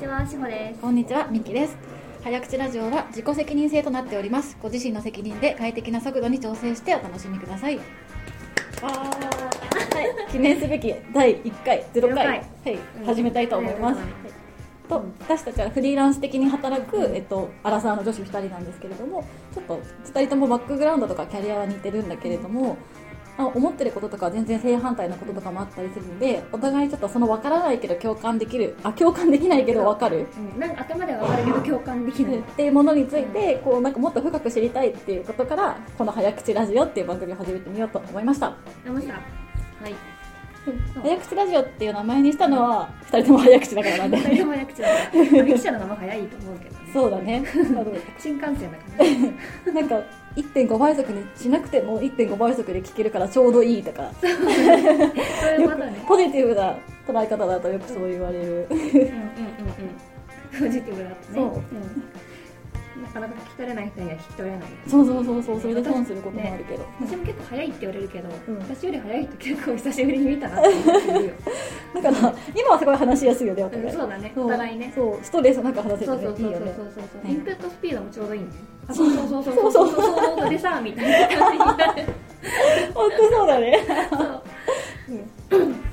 こんにちはミッキーです早口ラジオは自己責任制となっておりますご自身の責任で快適な速度に調整してお楽しみくださいはい、記念すべき第1回0回0回はい始めたいと思います、うんはいと私たちはフリーランス的に働く、えっと、アラサーの女子2人なんですけれどもちょっと2人ともバックグラウンドとかキャリアは似てるんだけれども、あ思ってることとか全然正反対のこととかもあったりするのでお互いちょっとその分からないけど共感できるあ共感できないけど分かるうんなんか頭ではわかるけど共感できないっていうものについてこうなんかもっと深く知りたいっていうことからこの「早口ラジオ」っていう番組を始めてみようと思いました。どうもしたはいそう早口ラジオっていう名前にしたのは2人とも早口だからなん最で初 も早口だから力者の方が早いと思うけどねそうだね新幹線だから ねあのなんか1.5倍速にしなくても1.5倍速で聞けるからちょうどいいとかそういうよことくねポジティブな捉え方だとよくそう言われるうんうんうんうんポジティブだったねそうんなかなか聞き取れない人には聞き取れないそうそうそうそうそれで損することもあるけど、私も結構早いって言われるけど、うん私より早い人結構久しぶりに見たなって思ってるよ、だから今はすごい話しやすいよねおう互ん、いそうだね そうお互いねそうストレスなんか話せそるうそうねそいうそいようねそうそうねインプットスピードもちょうどいいんだよあそうそうそうそうそそううそうそうそうでさみたいな感じになる本当そうだねそう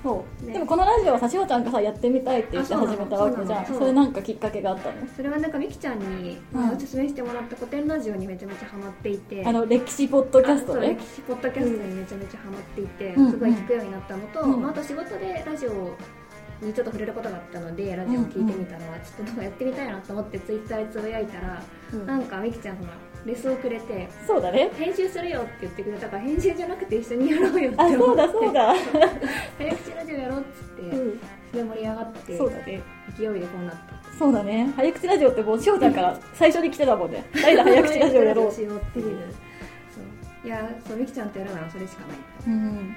そう、ねでもこのラジオはさしおちゃんがさやってみたいって言ってあそうな始のめたわけじゃそうなんのそうそれなんかきっかけがあったのそれはなんかみきちゃんにうんおすすめしてもらった古典ラジオにめちゃめちゃハマっていてあの歴史ポッドキャストそうね歴史ポッドキャストにめちゃめちゃハマっていて、うんすごい聞くようになったのと、うんまあ、あと仕事でラジオにちょっと触れることがあったのでラジオを聞いてみたら、ちょっとなんかやってみたいなと思ってツイッターでつぶやいたら、うんなんかみきちゃんがレスをくれてそうだね編集するよって言ってくれたから編集じゃなくて一緒にやろうよってあそ思うっだてそうだ、早口ラジオやろうっつって、うん、それ盛り上がってそうだね勢いでこうなったそうだね早口ラジオってもうしおちゃんから最初に来てたもんね誰で早口ラジオや ろう早口ラジオしようっていうそういやそうみきちゃんとやるならそれしかないうん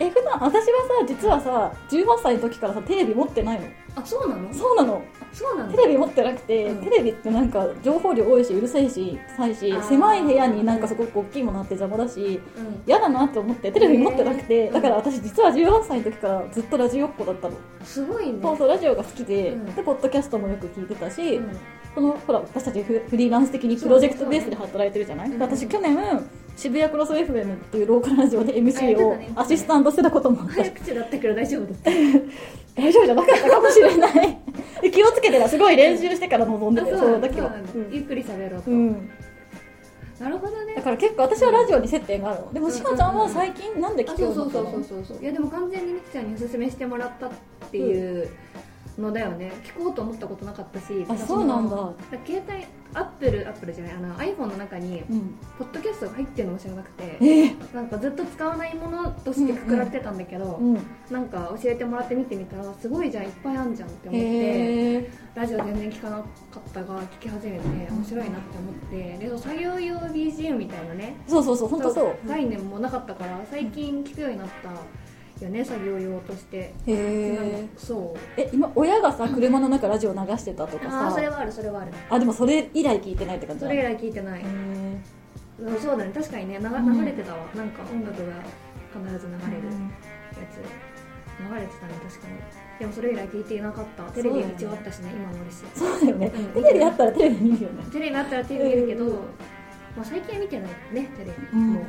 え普段私はさ実はさ18歳の時からさテレビ持ってないのあそうなのそうなのそうなのテレビ持ってなくて、うんテレビってなんか情報量多いしうるさいし臭いしあー狭い部屋になんかすごく大きいものあって邪魔だしうん嫌だなって思ってテレビ持ってなくて、うんだから私実は18歳の時からずっとラジオっ子だったの、すごいねそうそうラジオが好きで、うんでポッドキャストもよく聞いてたし、うんそのほら私たちフフリーランス的にプロジェクトベースで働いてるじゃない、そうでね私去年渋谷クロス FM っていうローカルラジオで MC あやをってたねアシスタントしてたこともあった早口だったけど大丈夫だ った大丈夫じゃなかったかもしれないで気をつけてたすごい練習してから臨んでたよあそなれんだけはそうなんだうんゆっくり喋ろうと、うんなるほどだねから結構私はラジオに接点があるのでもしおちゃんは最近なんであ聞くよそううにそなうったそうそのうそうそういやでも完全にみきちゃんにおすすめしてもらったっていうのだよね、聞こうと思ったことなかったしあそうなんだその携帯アップルアップルじゃないあの iPhone の中にうんポッドキャストが入ってるのも知らなくえてーなんかずっと使わないものとしてくくられてたんだけど、うんなんか教えてもらって見てみたらすごいじゃんいっぱいあんじゃんって思ってへえラジオ全然聞かなかったが聞き始めて面白いなって思ってでそう作業用 BGM みたいなねそうそうそう本当そう概念もなかったから最近聞くようになったよね作業用として、へえなんかそうえ今親がさ車の中ラジオ流してたとかああさそれはあるそれはあるあでもそれ以来聞いてないって感じそだれ以来聞いてない、へーうんそうだね確かにねながうん流れてたわ、なんか音楽が必ず流れるやつ流れてたね確かにでもそれ以来聞いてなかったテレビ一応あったしね今もあるしそうだよねうんテレビあったらテレビ見るよねテレビあったらテレビ見るけど、うんまあ、最近は見てないねテレビ、うんもう、うん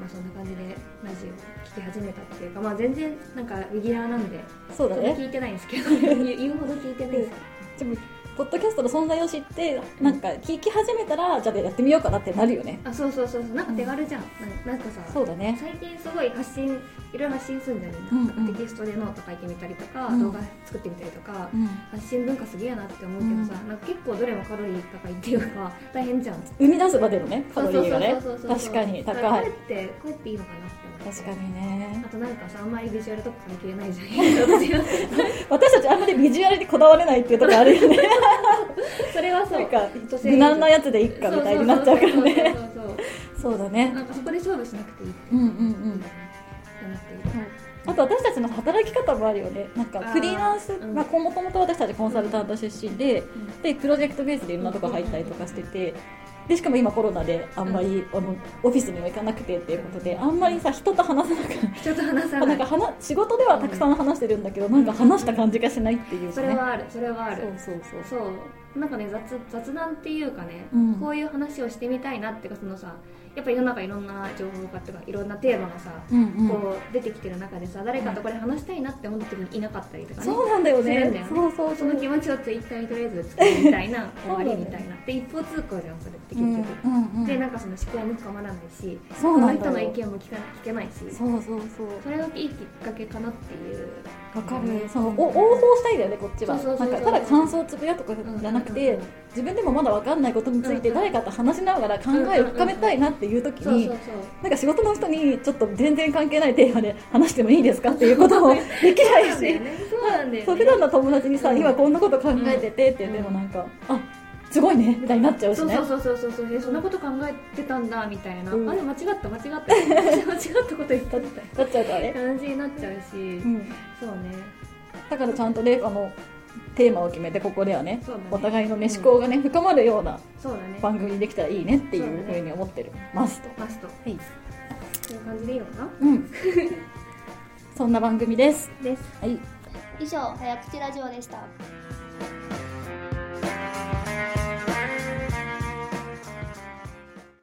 まあ、そんな感じでラジオ聞き始めたっていうか、まあ、全然なんかレギュラーなんでそうだそんなね聞いてないんです けど言う言うほど聞いてないですけでもポッドキャストの存在を知ってなんか聞き始めたらじゃあやってみようかなってなるよねどあそうそうそうそうなんか手軽じゃん、なんかなんかさそうだね最近すごい発信いろいろ発信するんじゃんみんな、うんうんテキストでノート書いてみたりとか、うん動画作ってみたりとか、発信文化すげえなって思うけどさ、なんか結構どれもカロリー高いっていう か大変じゃん生み出すまでのねカロリーがねそうそうそうそう確かにだ高らいこれってこれっていいのかなって思って確かにねあとなんかさあんまりビジュアルとか関係ないじゃん 私は私たちあんまりビジュアルにこだわれないっていうとこあるよねそれはそなんうか無難なやつでいっかみたいになっちゃうからねそうそうそうそうそうだそうねなんかそこで勝負しなくていいってうんうんううんん思っているあと私たちの働き方もあるよねなんかあーフリーランスうんまあもともと私たちコンサルタント出身でんでプロジェクトベースでいろんなとこ入ったりとかしててでしかも今コロナであんまり、あのオフィスにも行かなくてっていうことであんまりさ人と話せなくな人と話さななんいか話仕事ではたくさん話してるんだけど、なんか話した感じがしないっていうねそれはあるそれはあるそうそうそうそうなんかね雑雑談っていうかね、うんこういう話をしてみたいなっていうかそのさやっぱ世の中いろんな情報がっていうかいろんなテーマがさ、うんうんこう出てきてる中でさ誰かとこれ話したいなって思った時にいなかったりとかねそうなんだよするんだねよそうそうそそうの気持ちをツイッターにとりあえず作るみたいな終わりみたいなで一方通行じゃんそれって結うんうん局、うんでなんかその思考も深まらないしそうなん他だのよ人の意見も聞か聞けないしそそうそうそうれがいいきっかけかなっていうわかるそのうんお応報したいんだよねこっちはそうそうなそんうかただ感想をつぶやくとかじゃなくうてんうんうんうん自分でもまだわかんないことについてうんうん誰かと話しながら考えを深めたいなっていう時そうそうにそうなんか仕事の人にちょっと全然関係ないテーマで話してもいいですかっていうこともできないしそうなんだよねそう普段の友達にさ、うん今こんなこと考えててって言ってもなんか、あすごいねみたいになっちゃうしそうねそうそうそうそうでそんなこと考えてたんだみたいな、うんあれ間違った間違った間違ったこと言ったみたいなっちゃうからなね、感じになっちゃうし、うん、そうねだからちゃんとねあのテーマを決めてここではねそうだねお互いのね思考がね、深まるようなそうだね番組にできたらいいねっていうふうに思ってるますと、マストはいという感じでいいのかなうん そんな番組ですですはい以上早口ラジオでした